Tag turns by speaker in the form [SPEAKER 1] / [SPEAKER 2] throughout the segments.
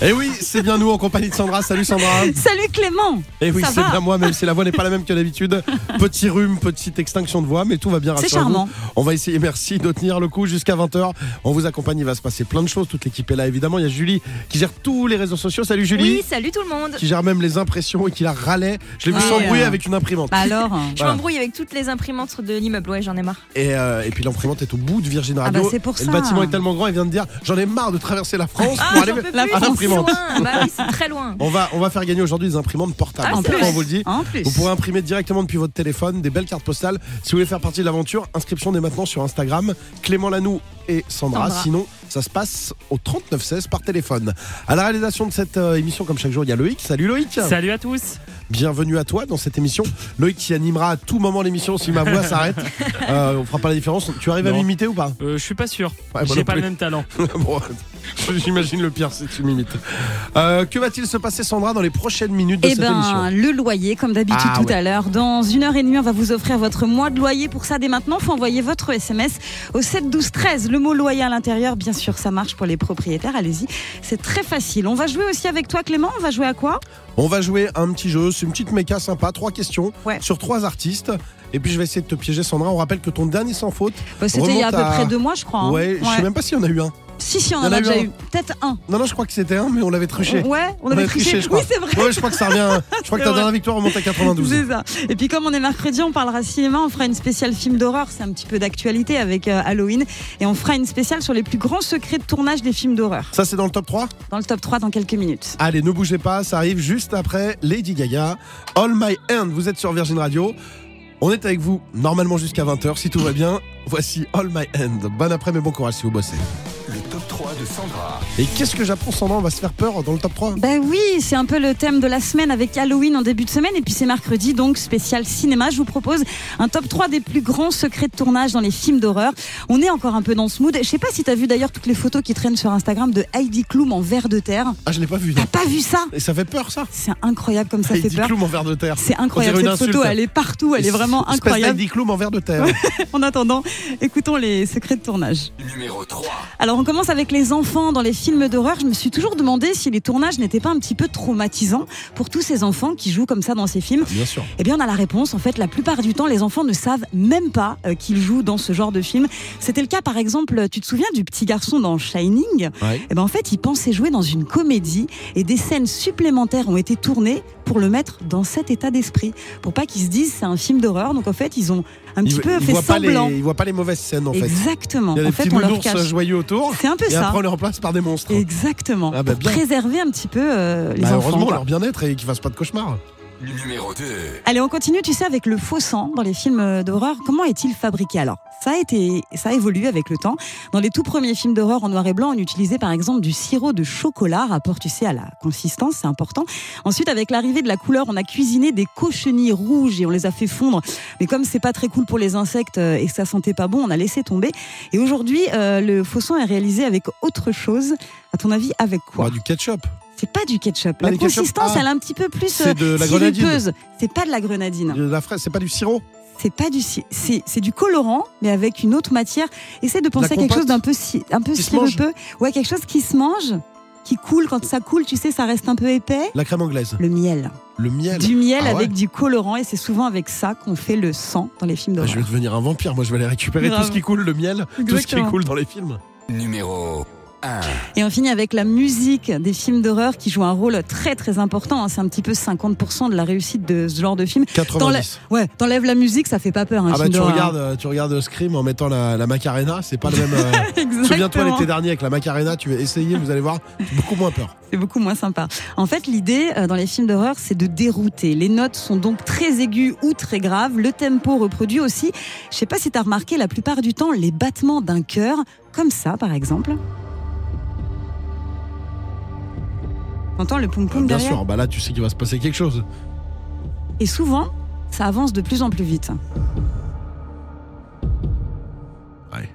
[SPEAKER 1] Et Eh oui, c'est bien nous en compagnie de Sandra. Salut Sandra.
[SPEAKER 2] Salut Clément
[SPEAKER 1] Et Eh oui,
[SPEAKER 2] Ça
[SPEAKER 1] c'est
[SPEAKER 2] va
[SPEAKER 1] bien moi, même si la voix n'est pas la même que d'habitude. Petit rhume, petite extinction de voix, mais tout va bien.
[SPEAKER 2] C'est
[SPEAKER 1] rassurez-vous.
[SPEAKER 2] charmant.
[SPEAKER 1] On va essayer, merci, de tenir le coup jusqu'à 20h. On vous accompagne, il va se passer plein de choses. Toute l'équipe est là, évidemment. Il y a Julie qui gère tous les réseaux sociaux. Salut Julie.
[SPEAKER 3] Oui, salut tout le monde.
[SPEAKER 1] Qui gère même les impressions et qui la râlait. Je l'ai vu
[SPEAKER 2] Ouais,
[SPEAKER 1] s'embrouiller
[SPEAKER 2] euh.
[SPEAKER 1] avec une imprimante.
[SPEAKER 2] Bah alors hein.
[SPEAKER 1] Voilà.
[SPEAKER 3] Je m'embrouille avec toutes les imprimantes de l'immeuble, ouais, j'en ai marre.
[SPEAKER 1] Et, euh, et puis l'imprimante est au bout de Virgin Radio.
[SPEAKER 2] bah, c'est pour
[SPEAKER 1] et
[SPEAKER 2] ça.
[SPEAKER 1] Le bâtiment est tellement grand, elle vient de dire J'en ai marre de traverser la France
[SPEAKER 3] Ah,
[SPEAKER 1] pour
[SPEAKER 3] j'en
[SPEAKER 1] aller
[SPEAKER 3] peux plus,
[SPEAKER 1] à
[SPEAKER 3] c'est
[SPEAKER 1] l'imprimante.
[SPEAKER 3] loin. Bah oui, c'est très loin.
[SPEAKER 1] On va, on va faire gagner aujourd'hui des imprimantes portables.
[SPEAKER 3] Ah,
[SPEAKER 2] En
[SPEAKER 3] c'est
[SPEAKER 2] plus
[SPEAKER 1] on vous le dit.
[SPEAKER 2] En plus
[SPEAKER 1] Vous pourrez imprimer directement depuis votre téléphone des belles cartes postales. Si vous voulez faire partie de l'aventure, inscription dès maintenant sur Instagram, Clément Lanoux et Sandra.
[SPEAKER 3] Sandra.
[SPEAKER 1] Sinon, ça se passe au 3916 par téléphone. À la réalisation de cette euh, émission, comme chaque jour, il y a Loïc. Salut Loïc.
[SPEAKER 4] Salut à tous.
[SPEAKER 1] Bienvenue à toi dans cette émission. Loïc qui animera à tout moment l'émission si ma voix s'arrête. Euh, on fera pas la différence. Tu arrives à
[SPEAKER 4] Non.
[SPEAKER 1] m'imiter ou pas
[SPEAKER 4] Euh, je suis pas sûr.
[SPEAKER 1] Ouais, moi non
[SPEAKER 4] J'ai pas
[SPEAKER 1] plus.
[SPEAKER 4] le même talent.
[SPEAKER 1] Bon, J'imagine le pire si tu m'imites. Euh, que va-t-il se passer, Sandra, dans les prochaines minutes de
[SPEAKER 2] Eh
[SPEAKER 1] cette émission
[SPEAKER 2] ben, le loyer, comme d'habitude
[SPEAKER 1] Ah
[SPEAKER 2] tout
[SPEAKER 1] ouais.
[SPEAKER 2] à l'heure. Dans une heure et demie, on va vous offrir votre mois de loyer. Pour ça, dès maintenant, faut envoyer votre SMS au 7 12 13. Le mot loyer à l'intérieur, bien sûr, ça marche pour les propriétaires. Allez-y, c'est très facile. On va jouer aussi avec toi, Clément. On va jouer à quoi
[SPEAKER 1] On va jouer à un petit jeu, c'est une petite méca sympa, trois questions
[SPEAKER 2] Ouais.
[SPEAKER 1] sur trois artistes. Et puis je vais essayer de te piéger, Sandra. On rappelle que ton dernier sans faute.
[SPEAKER 2] Bah, C'était il y a à peu
[SPEAKER 1] Remonte à-
[SPEAKER 2] près deux mois, je crois. hein.
[SPEAKER 1] ouais, je sais même pas s'il y en a eu un.
[SPEAKER 2] Si, si, on en a, déjà eu. Peut-être un.
[SPEAKER 1] Non, non, je crois que c'était un, mais on l'avait triché.
[SPEAKER 2] Ouais, on
[SPEAKER 1] On
[SPEAKER 2] avait
[SPEAKER 1] a triché,
[SPEAKER 2] triché.
[SPEAKER 1] je
[SPEAKER 2] oui,
[SPEAKER 1] crois.
[SPEAKER 2] c'est vrai.
[SPEAKER 1] Ouais, je crois que ça revient. hein. Je crois que
[SPEAKER 2] C'est
[SPEAKER 1] ta
[SPEAKER 2] vrai.
[SPEAKER 1] dernière victoire remonte à 92.
[SPEAKER 2] C'est ça. Et puis comme on est mercredi, on parlera cinéma, on fera une spéciale film d'horreur, c'est un petit peu d'actualité avec euh, Halloween, et on fera une spéciale sur les plus grands secrets de tournage des films d'horreur,
[SPEAKER 1] Ça, c'est dans le top 3.
[SPEAKER 2] dans le top 3 dans quelques minutes.
[SPEAKER 1] Allez, ne bougez pas, ça arrive juste après Lady Gaga. All My Hand, vous êtes sur Virgin Radio. On est avec vous normalement jusqu'à 20h. Si tout va bien, voici All My Hand. Bon après, mais bon courage si vous bossez.
[SPEAKER 5] Le top 3 de Sandra.
[SPEAKER 1] Et qu'est-ce que j'apprends, Sandra On va se faire peur dans le top 3
[SPEAKER 2] Ben oui, c'est un peu le thème de la semaine avec Halloween en début de semaine, et puis c'est mercredi, donc spécial cinéma, je vous propose un top 3 des plus grands secrets de tournage dans les films d'horreur. On est encore un peu dans ce mood, je sais pas si t'as vu d'ailleurs toutes les photos qui traînent sur Instagram de Heidi Klum en verre de terre.
[SPEAKER 1] Ah, je l'ai pas vu.
[SPEAKER 2] T'as pas vu ça
[SPEAKER 1] Et ça fait peur, ça
[SPEAKER 2] C'est incroyable comme ça
[SPEAKER 1] Heidi
[SPEAKER 2] fait peur.
[SPEAKER 1] Klum en verre de terre.
[SPEAKER 2] C'est
[SPEAKER 1] On
[SPEAKER 2] incroyable,
[SPEAKER 1] dirait une
[SPEAKER 2] cette photo,
[SPEAKER 1] insulte.
[SPEAKER 2] elle est partout, elle est vraiment
[SPEAKER 1] Espèce
[SPEAKER 2] incroyable.
[SPEAKER 1] d'Heidi Klum en verre de terre.
[SPEAKER 2] En attendant, écoutons les secrets de tournage.
[SPEAKER 5] Numéro 3.
[SPEAKER 2] Alors on commence avec les enfants dans les films d'horreur. Je me suis toujours demandé si les tournages n'étaient pas un petit peu traumatisants pour tous ces enfants qui jouent comme ça dans ces films.
[SPEAKER 1] Bien sûr.
[SPEAKER 2] Eh bien on a la réponse, en fait la plupart du temps les enfants ne savent même pas euh, qu'ils jouent dans ce genre de film. C'était le cas par exemple, tu te souviens du petit garçon dans Shining eh ben en fait, il pensait jouer dans une comédie et des scènes supplémentaires ont été tournées pour le mettre dans cet état d'esprit, pour pas qu'il se dise c'est un film d'horreur. Donc en fait, ils ont un petit
[SPEAKER 1] Il,
[SPEAKER 2] peu
[SPEAKER 1] il
[SPEAKER 2] fait
[SPEAKER 1] voit pas
[SPEAKER 2] semblant.
[SPEAKER 1] les, il voit pas les mauvaises scènes, en fait.
[SPEAKER 2] Exactement.
[SPEAKER 1] Il y a
[SPEAKER 2] en
[SPEAKER 1] des petits
[SPEAKER 2] fait, on leur
[SPEAKER 1] nounours
[SPEAKER 2] cache.
[SPEAKER 1] joyeux autour.
[SPEAKER 2] C'est un peu
[SPEAKER 1] Et
[SPEAKER 2] ça.
[SPEAKER 1] après, on les remplace par des monstres.
[SPEAKER 2] Exactement.
[SPEAKER 1] Ah bah
[SPEAKER 2] pour
[SPEAKER 1] bien.
[SPEAKER 2] préserver un petit peu euh, les
[SPEAKER 1] Bah,
[SPEAKER 2] enfants.
[SPEAKER 1] heureusement,
[SPEAKER 2] quoi.
[SPEAKER 1] leur bien-être et qu'ils fassent pas de cauchemars.
[SPEAKER 5] Numéro 2.
[SPEAKER 2] Allez, on continue, tu sais, avec le faux sang dans les films euh, d'horreur. Comment est-il fabriqué Alors, ça a été, ça a évolué avec le temps. Dans les tout premiers films d'horreur en noir et blanc, on utilisait par exemple du sirop de chocolat, rapport, tu sais, à la consistance, c'est important. Ensuite, avec l'arrivée de la couleur, on a cuisiné des cochenilles rouges et on les a fait fondre. Mais comme c'est pas très cool pour les insectes euh, et que ça sentait pas bon, on a laissé tomber. Et aujourd'hui, euh, le faux sang est réalisé avec autre chose. À ton avis, avec quoi
[SPEAKER 1] Bah, du ketchup.
[SPEAKER 2] C'est pas du ketchup.
[SPEAKER 1] Pas
[SPEAKER 2] la
[SPEAKER 1] du ketchup,
[SPEAKER 2] consistance,
[SPEAKER 1] ah.
[SPEAKER 2] elle est un petit peu plus
[SPEAKER 1] C'est de la grenadine.
[SPEAKER 2] sirupeuse. C'est pas de la grenadine.
[SPEAKER 1] De La fraise, c'est pas du sirop.
[SPEAKER 2] C'est pas du si- c'est c'est du colorant, mais avec une autre matière. Essaie de penser à quelque
[SPEAKER 1] compote
[SPEAKER 2] chose d'un peu si- un peu
[SPEAKER 1] Qui se mange.
[SPEAKER 2] sirupeux. Ouais, quelque chose qui se mange, qui coule. Quand ça coule, tu sais, ça reste un peu épais.
[SPEAKER 1] La crème anglaise.
[SPEAKER 2] Le miel.
[SPEAKER 1] Le miel.
[SPEAKER 2] Du miel
[SPEAKER 1] Ah ouais
[SPEAKER 2] avec du colorant, et c'est souvent avec ça qu'on fait le sang dans les films
[SPEAKER 1] Ah, je vais
[SPEAKER 2] d'horreur.
[SPEAKER 1] devenir un vampire. Moi, je vais aller récupérer tout
[SPEAKER 2] Grave.
[SPEAKER 1] ce qui coule, le miel, tout ce qui
[SPEAKER 2] Exactement.
[SPEAKER 1] coule dans les films.
[SPEAKER 5] Numéro 1.
[SPEAKER 2] Et on finit avec la musique des films d'horreur qui joue un rôle très très important. hein. C'est un petit peu 50% de la réussite de ce genre de film.
[SPEAKER 1] 90.
[SPEAKER 2] Ouais, t'enlèves la musique, ça fait pas peur. Un
[SPEAKER 1] Ah bah
[SPEAKER 2] film
[SPEAKER 1] tu
[SPEAKER 2] d'horreur.
[SPEAKER 1] regardes, euh, tu regardes Scream en mettant la, la Macarena, c'est pas le même. euh,
[SPEAKER 2] Exactement.
[SPEAKER 1] Souviens-toi l'été dernier avec la Macarena, tu vas essayer, vous allez voir, beaucoup moins peur.
[SPEAKER 2] C'est beaucoup moins sympa. En fait, l'idée euh, dans les films d'horreur, c'est de dérouter. Les notes sont donc très aiguës ou très graves. Le tempo reproduit aussi. Je sais pas si t'as remarqué, la plupart du temps, les battements d'un cœur, comme ça, par exemple. T'entends le poum poum
[SPEAKER 1] Bien
[SPEAKER 2] derrière
[SPEAKER 1] sûr, bah là tu sais qu'il va se passer quelque chose.
[SPEAKER 2] Et souvent, ça avance de plus en plus vite.
[SPEAKER 1] Ouais.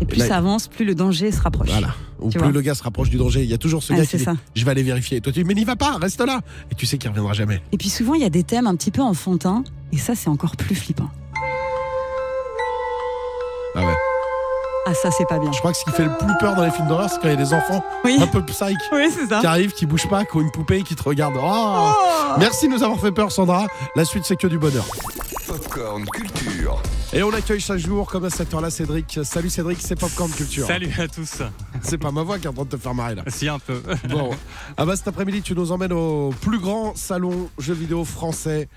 [SPEAKER 2] Et plus
[SPEAKER 1] là,
[SPEAKER 2] ça avance, plus le danger se rapproche.
[SPEAKER 1] Voilà. Ou
[SPEAKER 2] Tu
[SPEAKER 1] plus
[SPEAKER 2] vois.
[SPEAKER 1] le gars se rapproche du danger, il y a toujours ce
[SPEAKER 2] Ouais,
[SPEAKER 1] gars qui
[SPEAKER 2] c'est
[SPEAKER 1] dit
[SPEAKER 2] ça.
[SPEAKER 1] Je vais aller vérifier. Et toi tu dis Mais n'y va pas, reste là. Et tu sais qu'il reviendra jamais.
[SPEAKER 2] Et puis souvent, il y a des thèmes un petit peu enfantins. Et ça, c'est encore plus flippant.
[SPEAKER 1] Ah,
[SPEAKER 2] Ah, ça, c'est pas bien.
[SPEAKER 1] Je crois que ce qui fait le plus peur dans les films d'horreur, c'est quand il y a des enfants
[SPEAKER 2] Oui,
[SPEAKER 1] un peu psych
[SPEAKER 2] oui c'est ça.
[SPEAKER 1] qui arrivent, qui bougent pas, qui ont une poupée qui te regarde. Oh Merci de nous avoir fait peur, Sandra. La suite, c'est que du bonheur.
[SPEAKER 5] Popcorn Culture.
[SPEAKER 1] Et on accueille chaque jour, comme à cette heure-là, Cédric. Salut Cédric, c'est Popcorn Culture.
[SPEAKER 6] Salut à tous.
[SPEAKER 1] C'est pas ma voix qui est en train de te faire marrer là.
[SPEAKER 6] Si un peu.
[SPEAKER 1] Bon, ah bah cet après-midi, tu nous emmènes au plus grand salon jeux vidéo français.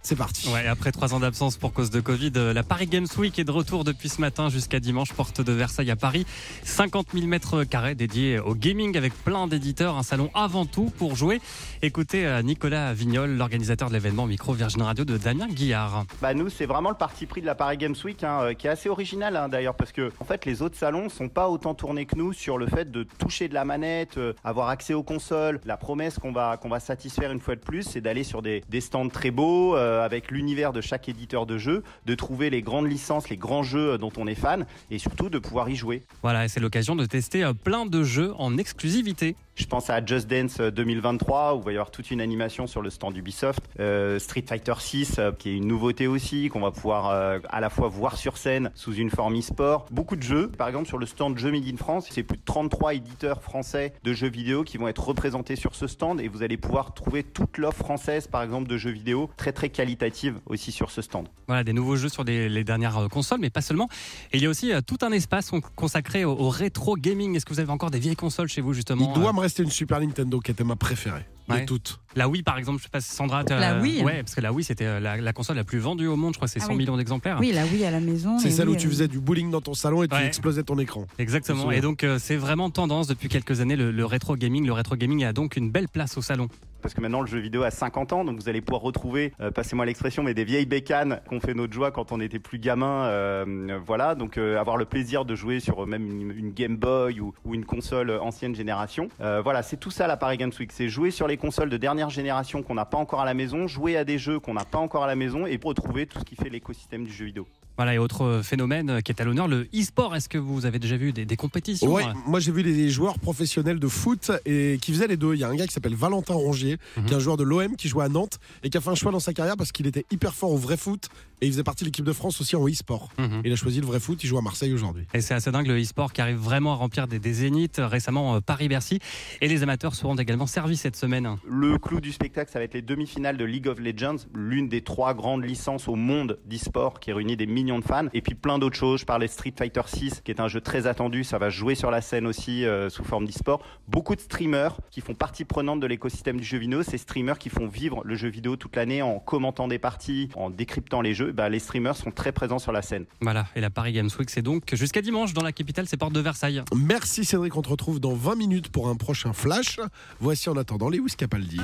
[SPEAKER 1] C'est parti.
[SPEAKER 6] Ouais, après trois ans d'absence pour cause de Covid, euh, la Paris Games Week est de retour depuis ce matin jusqu'à dimanche, porte de Versailles à Paris. 50 000 mètres carrés dédiés au gaming avec plein d'éditeurs, un salon avant tout pour jouer. Écoutez euh, Nicolas Vignol, l'organisateur de l'événement Micro Virgin Radio de Damien Guillard.
[SPEAKER 4] Bah nous, c'est vraiment le parti pris de la Paris Games Week, hein, euh, qui est assez original hein, d'ailleurs, parce que en fait, les autres salons sont pas autant tournés que nous sur le fait de toucher de la manette, euh, avoir accès aux consoles. La promesse qu'on va qu'on va satisfaire une fois de plus, c'est d'aller sur des, des stands très beaux, euh, avec l'univers de chaque éditeur de jeu, de trouver les grandes licences, les grands jeux euh, dont on est fan, et surtout de pouvoir y jouer.
[SPEAKER 6] Voilà, et c'est l'occasion de tester euh, plein de jeux en exclusivité.
[SPEAKER 4] Je pense à Just Dance euh, 2023 où il va y avoir toute une animation sur le stand Ubisoft, Euh, Street Fighter 6 qui est une nouveauté aussi qu'on va pouvoir euh, à la fois voir sur scène sous une forme e-sport. Beaucoup de jeux, par exemple sur le stand Jeux Made in France, c'est plus de 33 éditeurs français de jeux vidéo qui vont être représentés sur ce stand et vous allez pouvoir trouver toute l'offre française par exemple de jeux vidéo très très qualitative aussi sur ce stand.
[SPEAKER 6] Voilà, des nouveaux jeux sur des- les dernières euh, consoles, mais pas seulement. Et il y a aussi euh, tout un espace con- consacré au, au rétro gaming. Est-ce que vous avez encore des vieilles consoles chez vous justement
[SPEAKER 1] Il doit
[SPEAKER 6] Euh,
[SPEAKER 1] me rester une Super Nintendo qui était ma préférée
[SPEAKER 6] Ouais.
[SPEAKER 1] de toutes.
[SPEAKER 6] La Wii, par exemple, je sais pas si Sandra. t'as-
[SPEAKER 2] La Wii.
[SPEAKER 6] Ouais, parce que la Wii, c'était euh, la, la console la plus vendue au monde. Je crois que c'est
[SPEAKER 2] Ah
[SPEAKER 6] 100
[SPEAKER 2] oui.
[SPEAKER 6] millions d'exemplaires.
[SPEAKER 2] Oui, là, oui, à la maison.
[SPEAKER 1] C'est
[SPEAKER 2] et
[SPEAKER 1] celle
[SPEAKER 2] oui,
[SPEAKER 1] où tu
[SPEAKER 2] euh,
[SPEAKER 1] faisais du bowling dans ton salon et tu
[SPEAKER 6] Ouais.
[SPEAKER 1] explosais ton écran. Je me
[SPEAKER 6] Exactement.
[SPEAKER 1] souviens.
[SPEAKER 6] Et donc, euh, c'est vraiment tendance depuis quelques années le, le rétro gaming. Le rétro gaming a donc une belle place au salon.
[SPEAKER 4] Parce que maintenant, le jeu vidéo a 50 ans, donc vous allez pouvoir retrouver, euh, passez-moi l'expression, mais des vieilles bécanes qu'on fait notre joie quand on était plus gamin. euh, euh, voilà, donc euh, avoir le plaisir de jouer sur euh, même une, une Game Boy ou, ou une console euh, ancienne génération. Euh, voilà, c'est tout ça la Paris Games Week. C'est jouer sur les consoles de dernière génération qu'on n'a pas encore à la maison, jouer à des jeux qu'on n'a pas encore à la maison et retrouver tout ce qui fait l'écosystème du jeu vidéo.
[SPEAKER 6] Voilà, et autre euh, phénomène euh, qui est à l'honneur, le e-sport. Est-ce que vous avez déjà vu des, des compétitions
[SPEAKER 1] Ouais,
[SPEAKER 6] euh,
[SPEAKER 1] moi j'ai vu les joueurs professionnels de foot et qui faisaient les deux. Il y a un gars qui s'appelle Valentin Rongier,
[SPEAKER 6] Mhm.
[SPEAKER 1] qui est un joueur de l'OM qui jouait à Nantes et qui a fait un choix dans sa carrière parce qu'il était hyper fort au vrai foot et il faisait partie de l'équipe de France aussi en e-sport.
[SPEAKER 6] Mhm.
[SPEAKER 1] Il a choisi le vrai foot, il joue à Marseille aujourd'hui.
[SPEAKER 6] Et c'est assez dingue le e-sport qui arrive vraiment à remplir des, des zéniths. Récemment, euh, Paris-Bercy. Et les amateurs seront également servis cette semaine.
[SPEAKER 4] Le clou du spectacle, ça va être les demi-finales de League of Legends, l'une des trois grandes licences au monde d'e-sport qui réunit des millions de fans. Et puis plein d'autres choses. Je parlais de Street Fighter 6, qui est un jeu très attendu. Ça va jouer sur la scène aussi euh, sous forme d'e-sport. Beaucoup de streamers qui font partie prenante de l'écosystème du jeu vidéo. Ces streamers qui font vivre le jeu vidéo toute l'année en commentant des parties, en décryptant les jeux. Bah, les streamers sont très présents sur la scène.
[SPEAKER 6] Voilà, et la Paris Games Week, c'est donc jusqu'à dimanche dans la capitale, c'est porte de Versailles.
[SPEAKER 1] Merci Cédric, on te retrouve dans 20 minutes pour un prochain flash. Voici en attendant les Capaldi.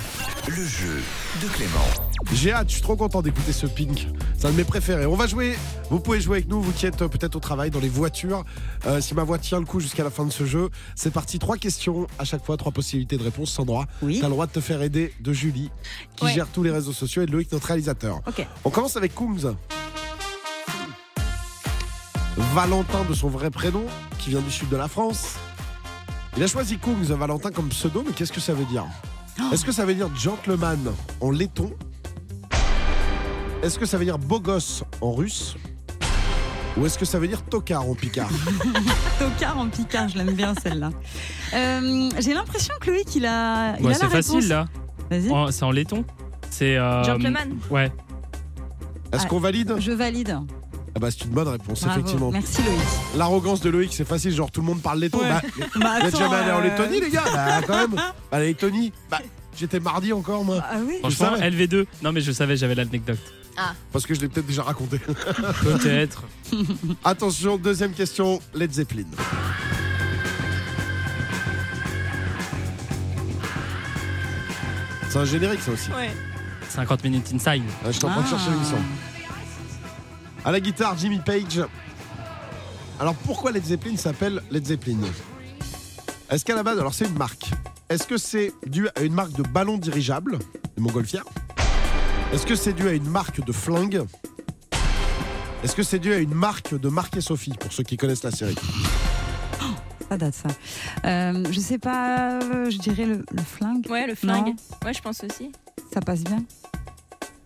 [SPEAKER 5] Le jeu de Clément.
[SPEAKER 1] J'ai hâte, je suis trop content d'écouter ce pink. C'est un de mes préférés. On va jouer. Vous pouvez jouer avec nous, vous qui êtes euh, peut-être au travail, dans les voitures. Euh, si ma voix tient le coup jusqu'à la fin de ce jeu, c'est parti. Trois questions, à chaque fois, trois possibilités de réponse. Sandra,
[SPEAKER 2] Oui.
[SPEAKER 1] t'as le droit de te faire aider de Julie, qui
[SPEAKER 3] Ouais.
[SPEAKER 1] gère tous les réseaux sociaux, et de Loïc, notre réalisateur.
[SPEAKER 2] Ok.
[SPEAKER 1] On commence avec Coombs. Valentin de son vrai prénom, qui vient du sud de la France. Il a choisi Coombs, Valentin, comme pseudo, mais qu'est-ce que ça veut dire
[SPEAKER 2] Oh.
[SPEAKER 1] Est-ce que ça veut dire gentleman en laiton Est-ce que ça veut dire beau gosse en russe Ou est-ce que ça veut dire tocard en picard
[SPEAKER 2] Tocard en picard, je l'aime bien celle-là. Euh, J'ai l'impression que Loïc, il a. il
[SPEAKER 7] Ouais,
[SPEAKER 2] a
[SPEAKER 7] c'est
[SPEAKER 2] la
[SPEAKER 7] facile
[SPEAKER 2] réponse.
[SPEAKER 7] là.
[SPEAKER 2] Vas-y.
[SPEAKER 7] En- C'est en laiton. C'est. euh,
[SPEAKER 3] Gentleman.
[SPEAKER 7] Ouais.
[SPEAKER 1] Est-ce
[SPEAKER 2] Ah.
[SPEAKER 1] qu'on valide
[SPEAKER 2] Je valide.
[SPEAKER 1] Ah bah c'est une bonne réponse,
[SPEAKER 2] Bravo.
[SPEAKER 1] effectivement.
[SPEAKER 2] Merci Loïc.
[SPEAKER 1] L'arrogance de Loïc, c'est facile, genre tout le monde parle laiton.
[SPEAKER 7] Ouais.
[SPEAKER 1] Bah,
[SPEAKER 2] Bah,
[SPEAKER 1] vous êtes jamais allé en
[SPEAKER 2] euh,
[SPEAKER 1] Lettonie, les gars Bah quand même. Bah, la Lettonie, bah, j'étais mardi encore, moi.
[SPEAKER 2] Ah oui.
[SPEAKER 7] Franchement,
[SPEAKER 1] Je savais.
[SPEAKER 7] LV2. Non, mais je savais, j'avais l'anecdote.
[SPEAKER 1] Parce que je l'ai peut-être déjà raconté.
[SPEAKER 7] Peut-être.
[SPEAKER 1] Attention, deuxième question, Led Zeppelin. C'est un générique ça aussi.
[SPEAKER 3] Ouais.
[SPEAKER 7] 50 minutes inside.
[SPEAKER 1] Ah, je t'en prie, de chercher
[SPEAKER 2] Ah.
[SPEAKER 1] une son. À la guitare, Jimmy Page. Alors pourquoi Led Zeppelin s'appelle Led Zeppelin Est-ce qu'à la base, alors c'est une marque. Est-ce que c'est dû à une marque de ballon dirigeable, de montgolfière Est-ce que c'est dû à une marque de flingue Est-ce que c'est dû à une marque de Marc et Sophie, pour ceux qui connaissent la série
[SPEAKER 2] Ça date ça. Euh, je sais pas, euh, je dirais le, le flingue.
[SPEAKER 3] Ouais, le flingue.
[SPEAKER 2] Non.
[SPEAKER 3] Ouais, je pense aussi.
[SPEAKER 2] Ça passe bien.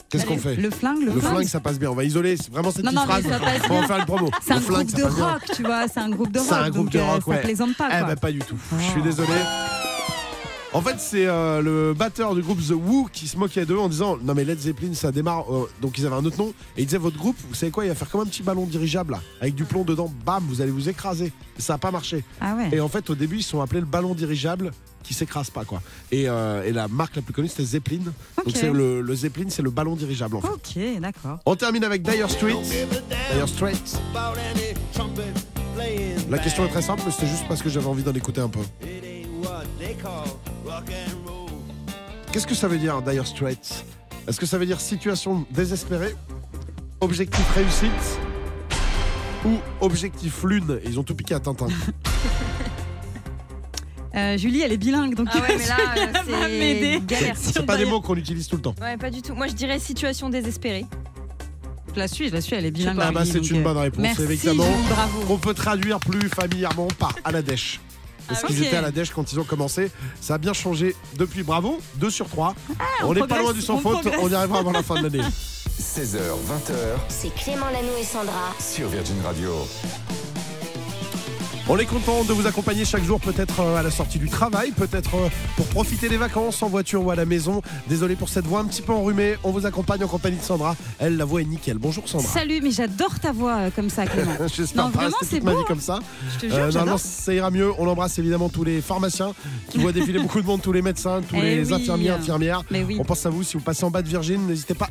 [SPEAKER 1] Qu'est-ce qu'on fait
[SPEAKER 2] Le flingue, le,
[SPEAKER 1] Le flingue, ça passe bien. On va isoler c'est vraiment cette
[SPEAKER 2] Non,
[SPEAKER 1] petite
[SPEAKER 2] non, mais
[SPEAKER 1] phrase.
[SPEAKER 2] ça passe
[SPEAKER 1] On va
[SPEAKER 2] bien.
[SPEAKER 1] faire le promo.
[SPEAKER 2] C'est un
[SPEAKER 1] le flingue,
[SPEAKER 2] groupe
[SPEAKER 1] ça
[SPEAKER 2] de
[SPEAKER 1] passe bien.
[SPEAKER 2] rock, tu vois, c'est un groupe de rock.
[SPEAKER 1] C'est un groupe
[SPEAKER 2] donc,
[SPEAKER 1] de
[SPEAKER 2] euh,
[SPEAKER 1] rock,
[SPEAKER 2] ça
[SPEAKER 1] ouais.
[SPEAKER 2] plaisante pas.
[SPEAKER 1] Eh
[SPEAKER 2] quoi. Oh.
[SPEAKER 1] ben pas du tout. Je suis désolé. En fait, c'est euh, le batteur du groupe The Who qui se moquait d'eux en disant Non, mais Led Zeppelin, ça démarre. euh, donc, ils avaient un autre nom. Et ils disaient Votre groupe, vous savez quoi Il va faire comme un petit ballon dirigeable, là, avec du plomb dedans. Bam, vous allez vous écraser. Ça n'a pas marché.
[SPEAKER 2] Ah ouais.
[SPEAKER 1] Et en fait, au début, ils sont appelés le ballon dirigeable qui s'écrase pas, quoi. Et, euh, et la marque la plus connue, c'était Zeppelin.
[SPEAKER 2] Ok.
[SPEAKER 1] Donc, c'est le, le Zeppelin, c'est le ballon dirigeable, en fait.
[SPEAKER 2] Ok, d'accord.
[SPEAKER 1] On termine avec Dire Straits. Dire Straits. La question est très simple, mais c'était juste parce que j'avais envie d'en écouter un peu. Qu'est-ce que ça veut dire Dire Straits Est-ce que ça veut dire situation désespérée, objectif réussite ou objectif lune Ils ont tout piqué à Tintin.
[SPEAKER 2] Euh, Julie, elle est bilingue, donc
[SPEAKER 3] Ah ouais, mais là, euh,
[SPEAKER 2] elle va m'aider.
[SPEAKER 3] c'est galère.
[SPEAKER 1] C'est pas des mots qu'on utilise tout le temps.
[SPEAKER 3] Ouais, pas du tout. Moi, je dirais situation désespérée.
[SPEAKER 2] je la suis, je la suis, elle est bilingue.
[SPEAKER 1] Ah bah
[SPEAKER 2] Julie,
[SPEAKER 1] c'est
[SPEAKER 2] donc,
[SPEAKER 1] une
[SPEAKER 2] euh,
[SPEAKER 1] bonne réponse,
[SPEAKER 2] Merci,
[SPEAKER 1] évidemment.
[SPEAKER 2] Julie, bravo.
[SPEAKER 1] On peut traduire plus familièrement par à la dèche. Parce
[SPEAKER 3] Ah,
[SPEAKER 1] qu'ils
[SPEAKER 3] ok.
[SPEAKER 1] étaient à la dèche quand ils ont commencé. Ça a bien changé depuis. Bravo, 2 sur 3. on n'est pas
[SPEAKER 2] progresse,
[SPEAKER 1] loin du sans
[SPEAKER 2] Ah, on
[SPEAKER 1] faute.
[SPEAKER 2] progresse.
[SPEAKER 1] On y arrivera avant la fin de l'année.
[SPEAKER 5] 16h, 20h
[SPEAKER 8] C'est Clément Lano et Sandra.
[SPEAKER 5] sur Virgin Radio.
[SPEAKER 1] On est content de vous accompagner chaque jour, peut-être euh, à la sortie du travail, peut-être euh, pour profiter des vacances en voiture ou à la maison. Désolé pour cette voix un petit peu enrhumée. On vous accompagne en compagnie de Sandra. Elle, la voix est nickel. Bonjour Sandra.
[SPEAKER 2] Salut, mais j'adore ta voix euh, comme ça, Clément.
[SPEAKER 1] J'espère
[SPEAKER 2] Non,
[SPEAKER 1] pas
[SPEAKER 2] vraiment,
[SPEAKER 1] rester
[SPEAKER 2] c'est
[SPEAKER 1] toute ma
[SPEAKER 2] beau, hein.
[SPEAKER 1] vie comme ça.
[SPEAKER 2] Je te
[SPEAKER 1] Euh,
[SPEAKER 2] jure,
[SPEAKER 1] normalement,
[SPEAKER 2] j'adore.
[SPEAKER 1] ça ira mieux. On embrasse évidemment tous les pharmaciens qui voient défiler beaucoup de monde, tous les médecins, tous
[SPEAKER 2] Eh
[SPEAKER 1] les
[SPEAKER 2] oui.
[SPEAKER 1] infirmiers, infirmières.
[SPEAKER 2] Mais oui.
[SPEAKER 1] On pense à vous. Si vous passez en bas de Virgin, n'hésitez pas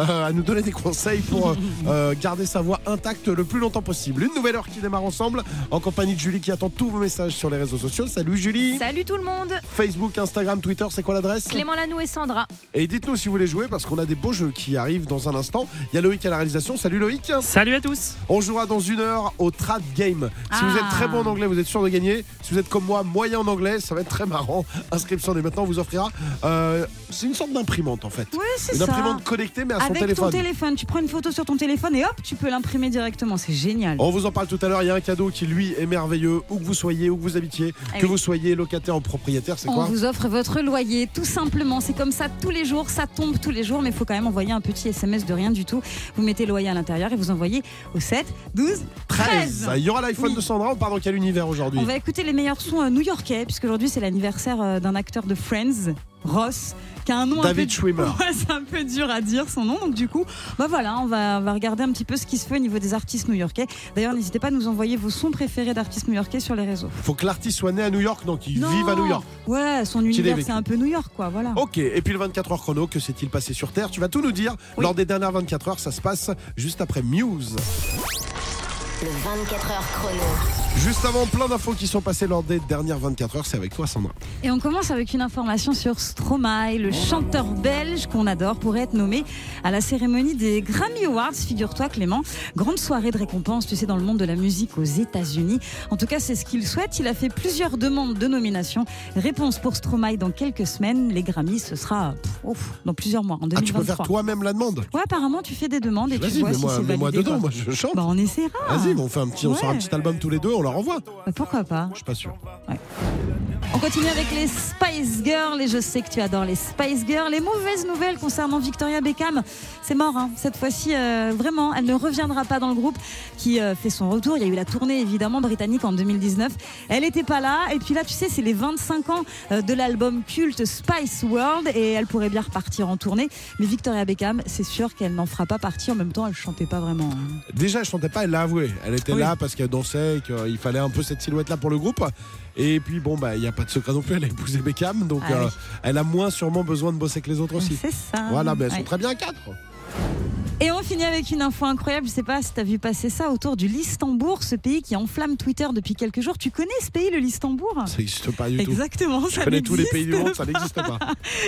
[SPEAKER 1] euh, à nous donner des conseils pour euh, euh, garder sa voix intacte le plus longtemps possible. Une nouvelle heure qui démarre ensemble en compagnie de Julie qui attend tous vos messages sur les réseaux sociaux. Salut Julie.
[SPEAKER 3] Salut tout le monde.
[SPEAKER 1] Facebook, Instagram, Twitter, c'est quoi l'adresse
[SPEAKER 3] Clément Lanou et Sandra.
[SPEAKER 1] Et dites-nous si vous voulez jouer parce qu'on a des beaux jeux qui arrivent dans un instant. Il y a Loïc à la réalisation. Salut Loïc.
[SPEAKER 7] Salut à tous
[SPEAKER 1] On jouera dans une heure au Trad Game. Si vous
[SPEAKER 2] Ah.
[SPEAKER 1] êtes très bon en anglais, vous êtes sûr de gagner. Si vous êtes comme moi, moyen en anglais, ça va être très marrant. Inscription dès maintenant, on vous offrira. euh, c'est une sorte d'imprimante en fait.
[SPEAKER 2] Ouais, c'est
[SPEAKER 1] Une
[SPEAKER 2] ça.
[SPEAKER 1] imprimante connectée mais à son
[SPEAKER 2] Avec
[SPEAKER 1] téléphone.
[SPEAKER 2] ton téléphone, tu prends une photo sur ton téléphone et hop, tu peux l'imprimer directement. C'est génial.
[SPEAKER 1] on vous en parle tout à l'heure, il y a un cadeau qui lui est merveilleux, où que vous soyez, où que vous habitiez,
[SPEAKER 3] Ah
[SPEAKER 1] que
[SPEAKER 3] oui.
[SPEAKER 1] vous soyez locataire ou propriétaire, c'est
[SPEAKER 2] On
[SPEAKER 1] quoi
[SPEAKER 2] vous offre votre loyer, tout simplement. C'est comme ça tous les jours, ça tombe tous les jours, mais il faut quand même envoyer un petit SMS de rien du tout. Vous mettez loyer à l'intérieur et vous envoyez au 7, 12, 13.
[SPEAKER 1] Il y aura l'iPhone
[SPEAKER 2] Oui.
[SPEAKER 1] de Sandra, on part dans quel univers aujourd'hui
[SPEAKER 2] On va écouter les meilleurs sons euh, new-yorkais, puisqu'aujourd'hui c'est l'anniversaire euh, d'un acteur de Friends, Ross, qui a un nom
[SPEAKER 1] David
[SPEAKER 2] un peu...
[SPEAKER 1] Schwimmer.
[SPEAKER 2] Ouais, c'est un peu dur à dire son nom, donc du coup, bah voilà, on va, on va regarder un petit peu ce qui se fait au niveau des artistes new-yorkais. D'ailleurs, n'hésitez pas à nous envoyer vos sons préférés d'artistes new-yorkais sur les réseaux.
[SPEAKER 1] Faut que l'artiste soit né à New York, donc qu'il
[SPEAKER 2] Non.
[SPEAKER 1] vive à New York.
[SPEAKER 2] Ouais, son
[SPEAKER 1] l'ait
[SPEAKER 2] univers
[SPEAKER 1] vécu.
[SPEAKER 2] c'est un peu New York, quoi, voilà.
[SPEAKER 1] Ok, et puis le 24 heures chrono, que s'est-il passé sur Terre Tu vas tout nous dire. Lors des dernières 24 heures, ça se passe juste après Muse.
[SPEAKER 8] Le 24h chrono.
[SPEAKER 1] Juste avant, plein d'infos qui sont passées lors des dernières 24 heures. C'est avec toi, Sandra.
[SPEAKER 2] Et on commence avec une information sur Stromae, le chanteur belge qu'on adore pourrait être nommé à la cérémonie des Grammy Awards, figure-toi Clément. Grande soirée de récompense, tu sais, dans le monde de la musique aux États-Unis. En tout cas, c'est ce qu'il souhaite. Il a fait plusieurs demandes de nomination. Réponse pour Stromae dans quelques semaines. Les Grammys, ce sera pff, ouf, dans plusieurs mois, en
[SPEAKER 1] Ah, tu peux faire
[SPEAKER 2] 2023.
[SPEAKER 1] toi-même la demande
[SPEAKER 2] ouais, apparemment, tu fais des demandes et tu
[SPEAKER 1] Vas-y,
[SPEAKER 2] vois si
[SPEAKER 1] mets-moi
[SPEAKER 2] c'est
[SPEAKER 1] mets-moi
[SPEAKER 2] validé.
[SPEAKER 1] dedans,
[SPEAKER 2] quoi.
[SPEAKER 1] moi je chante.
[SPEAKER 2] Bah, on essaiera.
[SPEAKER 1] Vas-y, mais on fait un petit, on sort un
[SPEAKER 2] Ouais.
[SPEAKER 1] petit album tous les deux, on leur envoie.
[SPEAKER 2] Bah, Pourquoi pas
[SPEAKER 1] Je suis pas sûr.
[SPEAKER 2] On continue avec les Spice Girls et je sais que tu adores les Spice Girls. Les mauvaises nouvelles concernant Victoria Beckham, c'est mort. hein. Cette fois-ci, euh, vraiment, elle ne reviendra pas dans le groupe qui euh, fait son retour. Il y a eu la tournée évidemment britannique en 2019. Elle n'était pas là. Et puis là, tu sais, c'est les 25 ans euh, de l'album culte Spice World et elle pourrait bien repartir en tournée. Mais Victoria Beckham, c'est sûr qu'elle n'en fera pas partie. En même temps, elle chantait pas vraiment. hein.
[SPEAKER 1] Déjà, elle chantait pas, elle l'a avoué. Elle était
[SPEAKER 2] Oui.
[SPEAKER 1] là parce qu'elle dansait, et qu'il fallait un peu cette silhouette-là pour le groupe. Et puis, bon, bah, il n'y a pas de secret non plus, elle a épousé Beckham, donc
[SPEAKER 2] Ah
[SPEAKER 1] euh,
[SPEAKER 2] oui.
[SPEAKER 1] elle a moins sûrement besoin de bosser que les autres aussi.
[SPEAKER 2] C'est ça.
[SPEAKER 1] Voilà, ben, mais elles sont
[SPEAKER 2] Ouais.
[SPEAKER 1] très bien à quatre.
[SPEAKER 2] Et on finit avec une info incroyable. Je sais pas si t'as vu passer ça autour du Listembourg, ce pays qui enflamme Twitter depuis quelques jours. Tu connais ce pays, le Listembourg
[SPEAKER 1] Ça n'existe pas du tout.
[SPEAKER 2] Exactement,
[SPEAKER 1] Je
[SPEAKER 2] ça
[SPEAKER 1] connais tous les pays du
[SPEAKER 2] n'existe
[SPEAKER 1] monde, ça n'existe pas.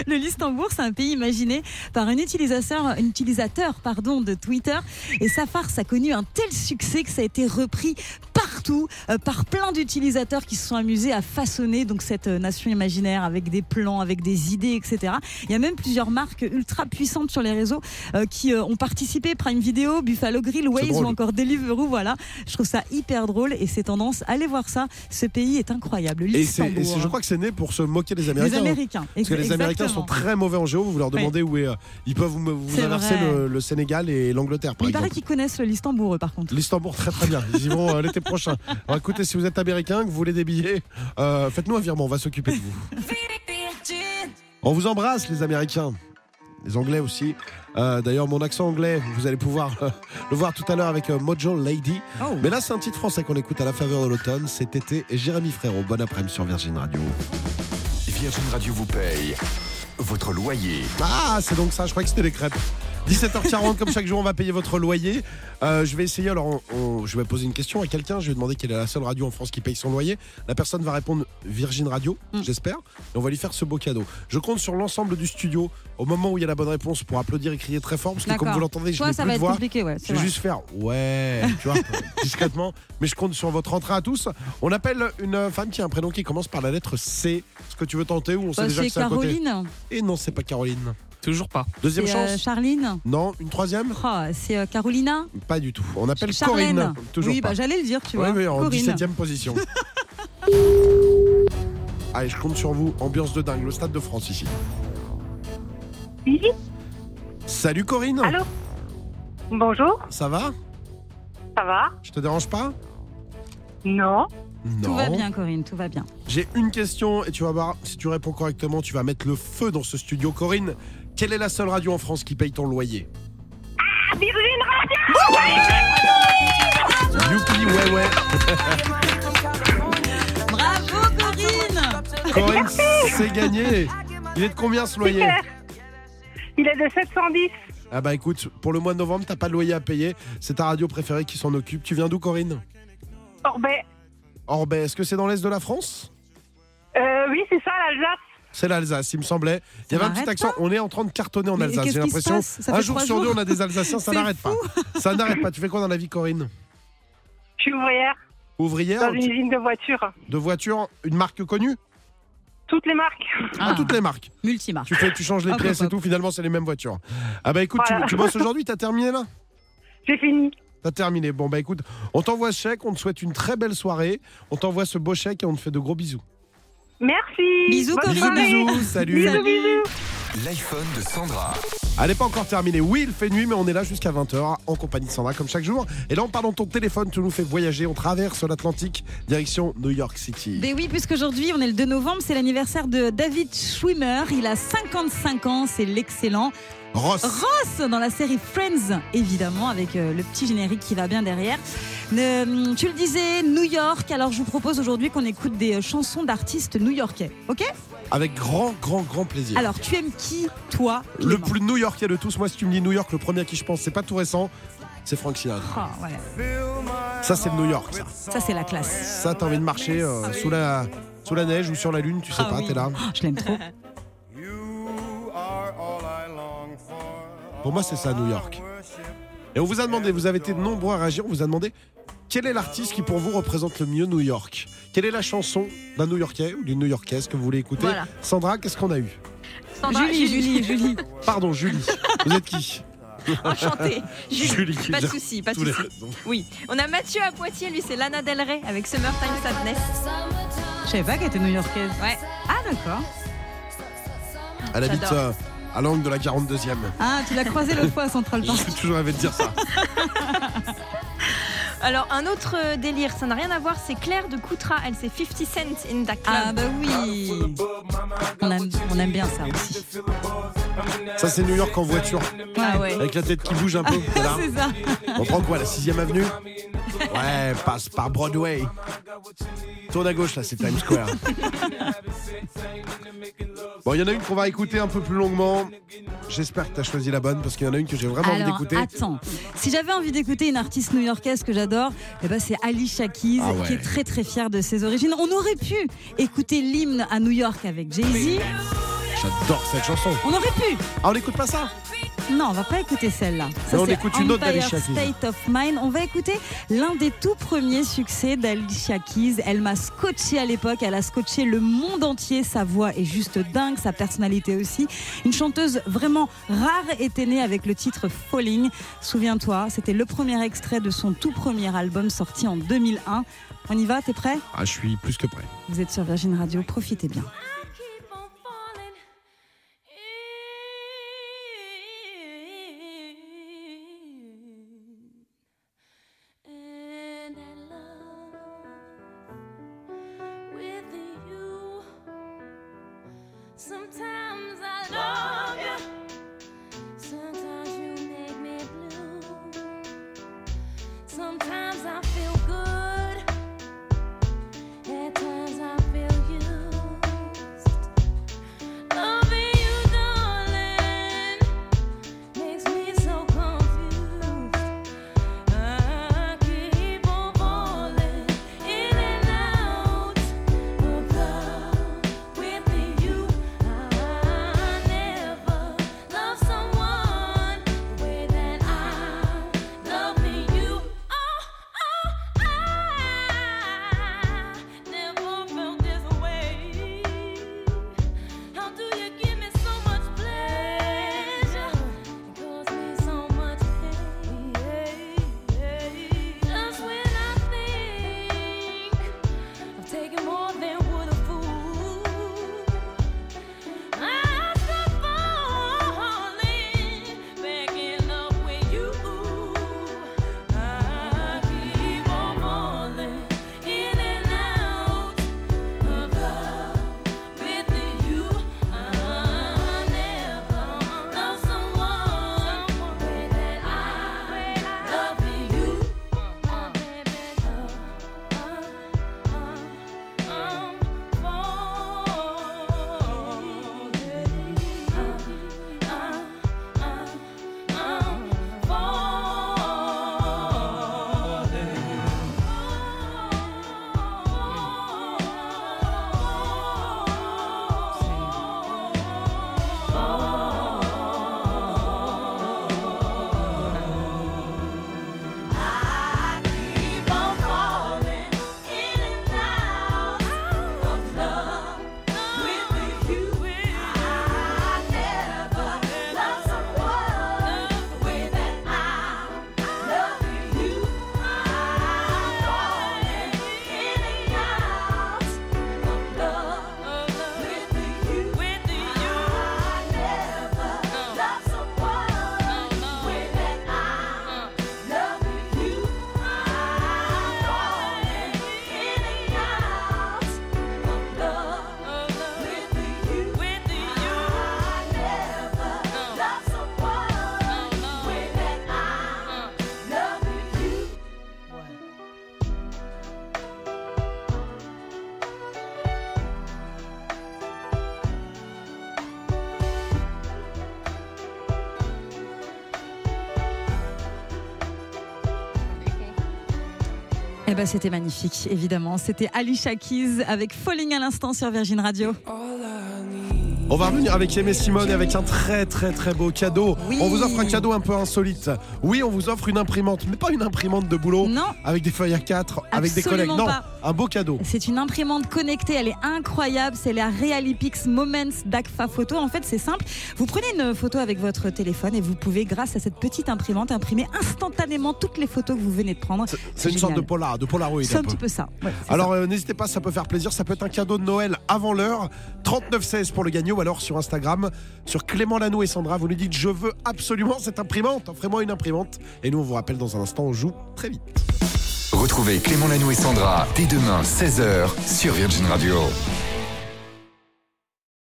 [SPEAKER 2] le Listembourg, c'est un pays imaginé par un utilisateur, un utilisateur pardon, de Twitter. Et sa farce a connu un tel succès que ça a été repris partout partout euh, par plein d'utilisateurs qui se sont amusés à façonner donc cette euh, nation imaginaire avec des plans, avec des idées, etc. Il y a même plusieurs marques ultra puissantes sur les réseaux euh, qui euh, ont participé Prime Video, Buffalo Grill, Waze
[SPEAKER 1] drôle.
[SPEAKER 2] ou encore Deliveroo. Voilà, je trouve ça hyper drôle et ces tendances. Allez voir ça. Ce pays est incroyable.
[SPEAKER 1] Et, c'est-
[SPEAKER 2] Luxembourg.
[SPEAKER 1] et c'est- je crois que c'est né pour se moquer des
[SPEAKER 2] les
[SPEAKER 1] Américains. hein.
[SPEAKER 2] Américains.
[SPEAKER 1] Parce que les Américains sont très mauvais en géo. Vous leur
[SPEAKER 2] Oui.
[SPEAKER 1] demandez où est. euh, Ils peuvent vous, vous
[SPEAKER 2] C'est
[SPEAKER 1] inverser
[SPEAKER 2] vrai.
[SPEAKER 1] le, le Sénégal et l'Angleterre, par
[SPEAKER 2] Mais il paraît
[SPEAKER 1] exemple.
[SPEAKER 2] qu'ils connaissent l'Istanbul, eux, par contre.
[SPEAKER 1] L'Istanbul, très très bien. Ils y vont euh, l'été prochain. Alors, écoutez, si vous êtes américain, que vous voulez des billets, euh, faites-nous un virement, on va s'occuper de vous. On vous embrasse, les Américains. Les Anglais aussi. Euh, D'ailleurs, mon accent anglais, vous allez pouvoir euh, le voir tout à l'heure avec euh, Mojo Lady. Mais là, c'est un titre français qu'on écoute à la faveur de l'automne. Cet été, et Jérémy Frérot. Bon après-midi sur Virgin Radio.
[SPEAKER 5] Virgin Radio vous paye votre loyer.
[SPEAKER 1] Ah, c'est donc ça, je crois que c'était les crêpes. 17h40, comme chaque jour, on va payer votre loyer. Euh, je vais essayer, alors on- on- je vais poser une question à quelqu'un, je vais demander quelle est la seule radio en France qui paye son loyer. La personne va répondre Virgin Radio,
[SPEAKER 2] Mm.
[SPEAKER 1] j'espère, et on va lui faire ce beau cadeau. Je compte sur l'ensemble du studio, au moment où il y a la bonne réponse, pour applaudir et crier très fort, parce que comme
[SPEAKER 2] D'accord.
[SPEAKER 1] vous l'entendez, je
[SPEAKER 2] Toi,
[SPEAKER 1] n'ai
[SPEAKER 2] ça
[SPEAKER 1] plus
[SPEAKER 2] va
[SPEAKER 1] de
[SPEAKER 2] être
[SPEAKER 1] voix.
[SPEAKER 2] compliqué, ouais. c'est
[SPEAKER 1] Je vais
[SPEAKER 2] vrai.
[SPEAKER 1] juste faire ouais, tu vois, discrètement. Mais je compte sur votre entrain à tous. On appelle une femme qui a un prénom qui commence par la lettre C. Est-ce que tu veux tenter ou on sait
[SPEAKER 2] Bah,
[SPEAKER 1] déjà
[SPEAKER 2] c'est
[SPEAKER 1] que c'est à côté
[SPEAKER 2] Caroline,
[SPEAKER 1] Et non, c'est pas Caroline.
[SPEAKER 7] Toujours pas.
[SPEAKER 1] Deuxième
[SPEAKER 2] c'est
[SPEAKER 1] chance
[SPEAKER 2] euh, Charline,
[SPEAKER 1] Non. Une troisième
[SPEAKER 2] Oh, c'est euh, Carolina,
[SPEAKER 1] Pas du tout. On appelle
[SPEAKER 2] Charlène.
[SPEAKER 1] Corinne. Toujours
[SPEAKER 2] oui,
[SPEAKER 1] pas.
[SPEAKER 2] bah, j'allais le dire, tu
[SPEAKER 1] oui,
[SPEAKER 2] vois.
[SPEAKER 1] oui, en
[SPEAKER 2] Corinne.
[SPEAKER 1] 17ème position. Allez, je compte sur vous. Ambiance de dingue, le Stade de France ici. Salut Corinne.
[SPEAKER 9] Allô Bonjour,
[SPEAKER 1] Ça va
[SPEAKER 9] ça va
[SPEAKER 1] Je te dérange pas
[SPEAKER 9] Non.
[SPEAKER 1] Non.
[SPEAKER 2] Tout va bien, Corinne, tout va bien.
[SPEAKER 1] J'ai une question et tu vas voir, si tu réponds correctement, tu vas mettre le feu dans ce studio. Corinne, quelle est la seule radio en France qui paye ton loyer Youpi, ouais, ouais.
[SPEAKER 2] Bravo, Corinne
[SPEAKER 1] Corinne, c'est gagné. Il est de combien ce loyer
[SPEAKER 9] Super. Il est de 710.
[SPEAKER 1] Ah bah écoute, pour le mois de novembre, t'as pas de loyer à payer. C'est ta radio préférée qui s'en occupe. Tu viens d'où, Corinne
[SPEAKER 9] Orbet.
[SPEAKER 1] Orbet, est-ce que c'est dans l'est de la France
[SPEAKER 9] Euh, oui, c'est ça, l'Alsace.
[SPEAKER 1] C'est l'Alsace, il me semblait. Il y avait un petit
[SPEAKER 2] m'arrête
[SPEAKER 1] accent. On est en train de cartonner en
[SPEAKER 2] Mais
[SPEAKER 1] Alsace,
[SPEAKER 2] qu'est-ce
[SPEAKER 1] j'ai
[SPEAKER 2] qui se
[SPEAKER 1] l'impression.
[SPEAKER 2] passe Ça
[SPEAKER 1] Un
[SPEAKER 2] fait
[SPEAKER 1] jour
[SPEAKER 2] trois
[SPEAKER 1] sur deux,
[SPEAKER 2] jours.
[SPEAKER 1] on a des Alsaciens, ça
[SPEAKER 2] C'est
[SPEAKER 1] n'arrête pas. Ça n'arrête pas. Tu fais quoi dans la vie, Corinne
[SPEAKER 9] Je suis ouvrière
[SPEAKER 1] Ouvrière
[SPEAKER 9] dans une usine de voitures.
[SPEAKER 1] de voiture, une marque connue
[SPEAKER 9] Toutes les marques.
[SPEAKER 1] Ah, Toutes les marques.
[SPEAKER 2] Multimarque.
[SPEAKER 1] Tu, fais, tu changes les
[SPEAKER 2] Hop,
[SPEAKER 1] pièces
[SPEAKER 2] hop,
[SPEAKER 1] et tout, finalement, c'est les mêmes voitures. Ah bah écoute, tu-
[SPEAKER 9] Voilà.
[SPEAKER 1] tu, bosses aujourd'hui, t'as terminé là
[SPEAKER 9] J'ai fini.
[SPEAKER 1] T'as terminé. Bon bah écoute, on t'envoie ce chèque, on te souhaite une très belle soirée, on t'envoie ce beau chèque et on te fait de gros bisous.
[SPEAKER 9] Merci.
[SPEAKER 2] Bisous,
[SPEAKER 9] Bonne
[SPEAKER 2] Corinne.
[SPEAKER 1] Bisous,
[SPEAKER 9] soirée.
[SPEAKER 1] bisous, salut.
[SPEAKER 9] Bisous, bisous.
[SPEAKER 5] L'iPhone de Sandra.
[SPEAKER 1] Elle n'est pas encore terminée. Oui, il fait nuit, mais on est là jusqu'à 20h en compagnie de Sandra, comme chaque jour. Et là, on parle dans ton téléphone, tu nous fais voyager. On traverse l'Atlantique, direction New York City.
[SPEAKER 2] Ben oui, puisqu'aujourd'hui, on est le 2 novembre, c'est l'anniversaire de David Schwimmer. Il a 55 ans, c'est l'excellent
[SPEAKER 1] Ross.
[SPEAKER 2] Ross dans la série Friends, évidemment, avec euh, le petit générique qui va bien derrière. Euh, tu le disais, New York. Alors, je vous propose aujourd'hui qu'on écoute des euh, chansons d'artistes new-yorkais. OK
[SPEAKER 1] Avec grand, grand, grand plaisir.
[SPEAKER 2] Alors, tu aimes qui, toi
[SPEAKER 1] le
[SPEAKER 2] Clément
[SPEAKER 1] plus new-yorkais de tous, moi, si tu me dis New York, le premier à qui je pense, c'est pas tout récent, c'est Frank Sinatra.
[SPEAKER 2] Ah, ouais.
[SPEAKER 1] Ça, c'est le New York, ça.
[SPEAKER 2] Ça, c'est la classe.
[SPEAKER 1] Ça, t'as envie de marcher euh, sous, la, sous la neige ou sur la lune, tu sais
[SPEAKER 2] Ah
[SPEAKER 1] pas,
[SPEAKER 2] oui.
[SPEAKER 1] t'es là.
[SPEAKER 2] Oh, je l'aime trop.
[SPEAKER 1] Pour moi, c'est ça, New York. Et on vous a demandé, vous avez été nombreux à réagir, on vous a demandé quel est l'artiste qui pour vous représente le mieux New York Quelle est la chanson d'un New Yorkais ou d'une New Yorkaise que vous voulez écouter
[SPEAKER 3] Voilà.
[SPEAKER 1] Sandra, qu'est-ce qu'on a eu
[SPEAKER 3] Sandra,
[SPEAKER 2] Julie, Julie, Julie.
[SPEAKER 1] Pardon, Julie. vous êtes qui
[SPEAKER 3] enchantée. Julie,
[SPEAKER 1] Julie.
[SPEAKER 3] pas de souci, pas de
[SPEAKER 1] Tous les-
[SPEAKER 3] souci. Oui, on a Mathieu à Poitiers, lui c'est Lana Del Rey avec Summertime Sadness.
[SPEAKER 2] Je savais pas qu'elle était new-yorkaise.
[SPEAKER 3] Ouais.
[SPEAKER 2] Ah, d'accord.
[SPEAKER 1] Elle habite
[SPEAKER 3] J'adore.
[SPEAKER 1] euh, à l'angle de la 42e.
[SPEAKER 2] Ah, tu l'as croisée l'autre fois à Central Park.
[SPEAKER 1] J'ai toujours rêvé de dire ça.
[SPEAKER 3] Alors un autre euh, délire, ça n'a rien à voir, c'est Claire de Coutras, elle c'est 50 Cent in that club.
[SPEAKER 2] Ah, bah oui. On aime, on aime bien ça aussi.
[SPEAKER 1] Ça, c'est New York en voiture,
[SPEAKER 3] Ah ouais.
[SPEAKER 1] avec la tête qui bouge un peu. Voilà.
[SPEAKER 2] C'est ça.
[SPEAKER 1] On prend quoi, la 6ème avenue Ouais, passe par Broadway. Tourne à gauche, là, c'est Times Square. Bon, il y en a une qu'on va écouter un peu plus longuement. J'espère que tu as choisi la bonne parce qu'il y en a une que j'ai vraiment envie
[SPEAKER 2] Alors,
[SPEAKER 1] d'écouter.
[SPEAKER 2] attends. Si j'avais envie d'écouter une artiste new-yorkaise que j'adore, eh ben, c'est Ali Shakiz,
[SPEAKER 1] Ah ouais.
[SPEAKER 2] qui est très très fière de ses origines. On aurait pu écouter l'hymne à New York avec Jay-Z.
[SPEAKER 1] J'adore cette chanson.
[SPEAKER 2] On aurait pu.
[SPEAKER 1] Ah, on n'écoute pas ça
[SPEAKER 2] Non, on va pas écouter celle-là. Ça,
[SPEAKER 1] Mais on
[SPEAKER 2] c'est
[SPEAKER 1] écoute une autre
[SPEAKER 2] Empire
[SPEAKER 1] d'Alicia Keys.
[SPEAKER 2] State of Mind. On va écouter l'un des tout premiers succès d'Alicia Keys. Elle m'a scotché à l'époque. Elle a scotché le monde entier. Sa voix est juste dingue, sa personnalité aussi. Une chanteuse vraiment rare était née avec le titre Falling. Souviens-toi, c'était le premier extrait de son tout premier album sorti en 2001. On y va, t'es prêt
[SPEAKER 1] Ah, je suis plus que prêt.
[SPEAKER 2] Vous êtes sur Virgin Radio, profitez bien.
[SPEAKER 10] And I love with you. Sometimes I love you. Sometimes you make me blue. Sometimes I feel good. At times I feel used. Loving you, darling, makes me so confused. I keep on falling in and out of love with you. I never love someone the way that I love you. Oh, oh, I never felt this way. How do you give me so much pleasure? Cause me so much pain. Just when I think I've taken more than would a fool. I start falling back in love with you. I keep on falling in and out of love with you. I never love someone the way that I love you. I'm Keep on falling in and out of love with you. I never love someone the way that I love you. I'm falling in and out of love with you. I never love someone the way that I love you. I'm falling in and out of love with you. I never love someone the way that I love you.
[SPEAKER 2] Eh ben, c'était magnifique, évidemment. C'était Alicia Keys avec Falling à l'instant sur Virgin Radio.
[SPEAKER 1] On va revenir avec Aimé Simone et avec un très très très beau cadeau.
[SPEAKER 2] Oui.
[SPEAKER 1] On vous offre un cadeau un peu insolite. Oui, on vous offre une imprimante, mais pas une imprimante de boulot.
[SPEAKER 2] Non.
[SPEAKER 1] Avec des feuilles à 4, avec des collègues.
[SPEAKER 2] Absolument
[SPEAKER 1] Non,
[SPEAKER 2] pas.
[SPEAKER 1] un beau cadeau.
[SPEAKER 2] C'est une imprimante connectée, elle est incroyable. C'est la Realipix Moments d'Agfa Photo. En fait, c'est simple. Vous prenez une photo avec votre téléphone et vous pouvez, grâce à cette petite imprimante, imprimer instantanément toutes les photos que vous venez de prendre.
[SPEAKER 1] C'est une sorte de
[SPEAKER 2] génial.
[SPEAKER 1] polar, de polaroid.
[SPEAKER 2] C'est
[SPEAKER 1] un
[SPEAKER 2] un
[SPEAKER 1] peu.
[SPEAKER 2] petit peu ça. Ouais, c'est
[SPEAKER 1] Alors euh, n'hésitez pas, ça peut faire plaisir, ça peut être un cadeau de Noël avant l'heure, 3916 pour le gagnant ou alors sur Instagram, sur Clément Lano et Sandra, vous nous dites je veux absolument cette imprimante, offrez-moi une imprimante et nous on vous rappelle dans un instant, on joue très vite.
[SPEAKER 5] Retrouvez Clément Lanoux et Sandra dès demain 16h sur Virgin Radio.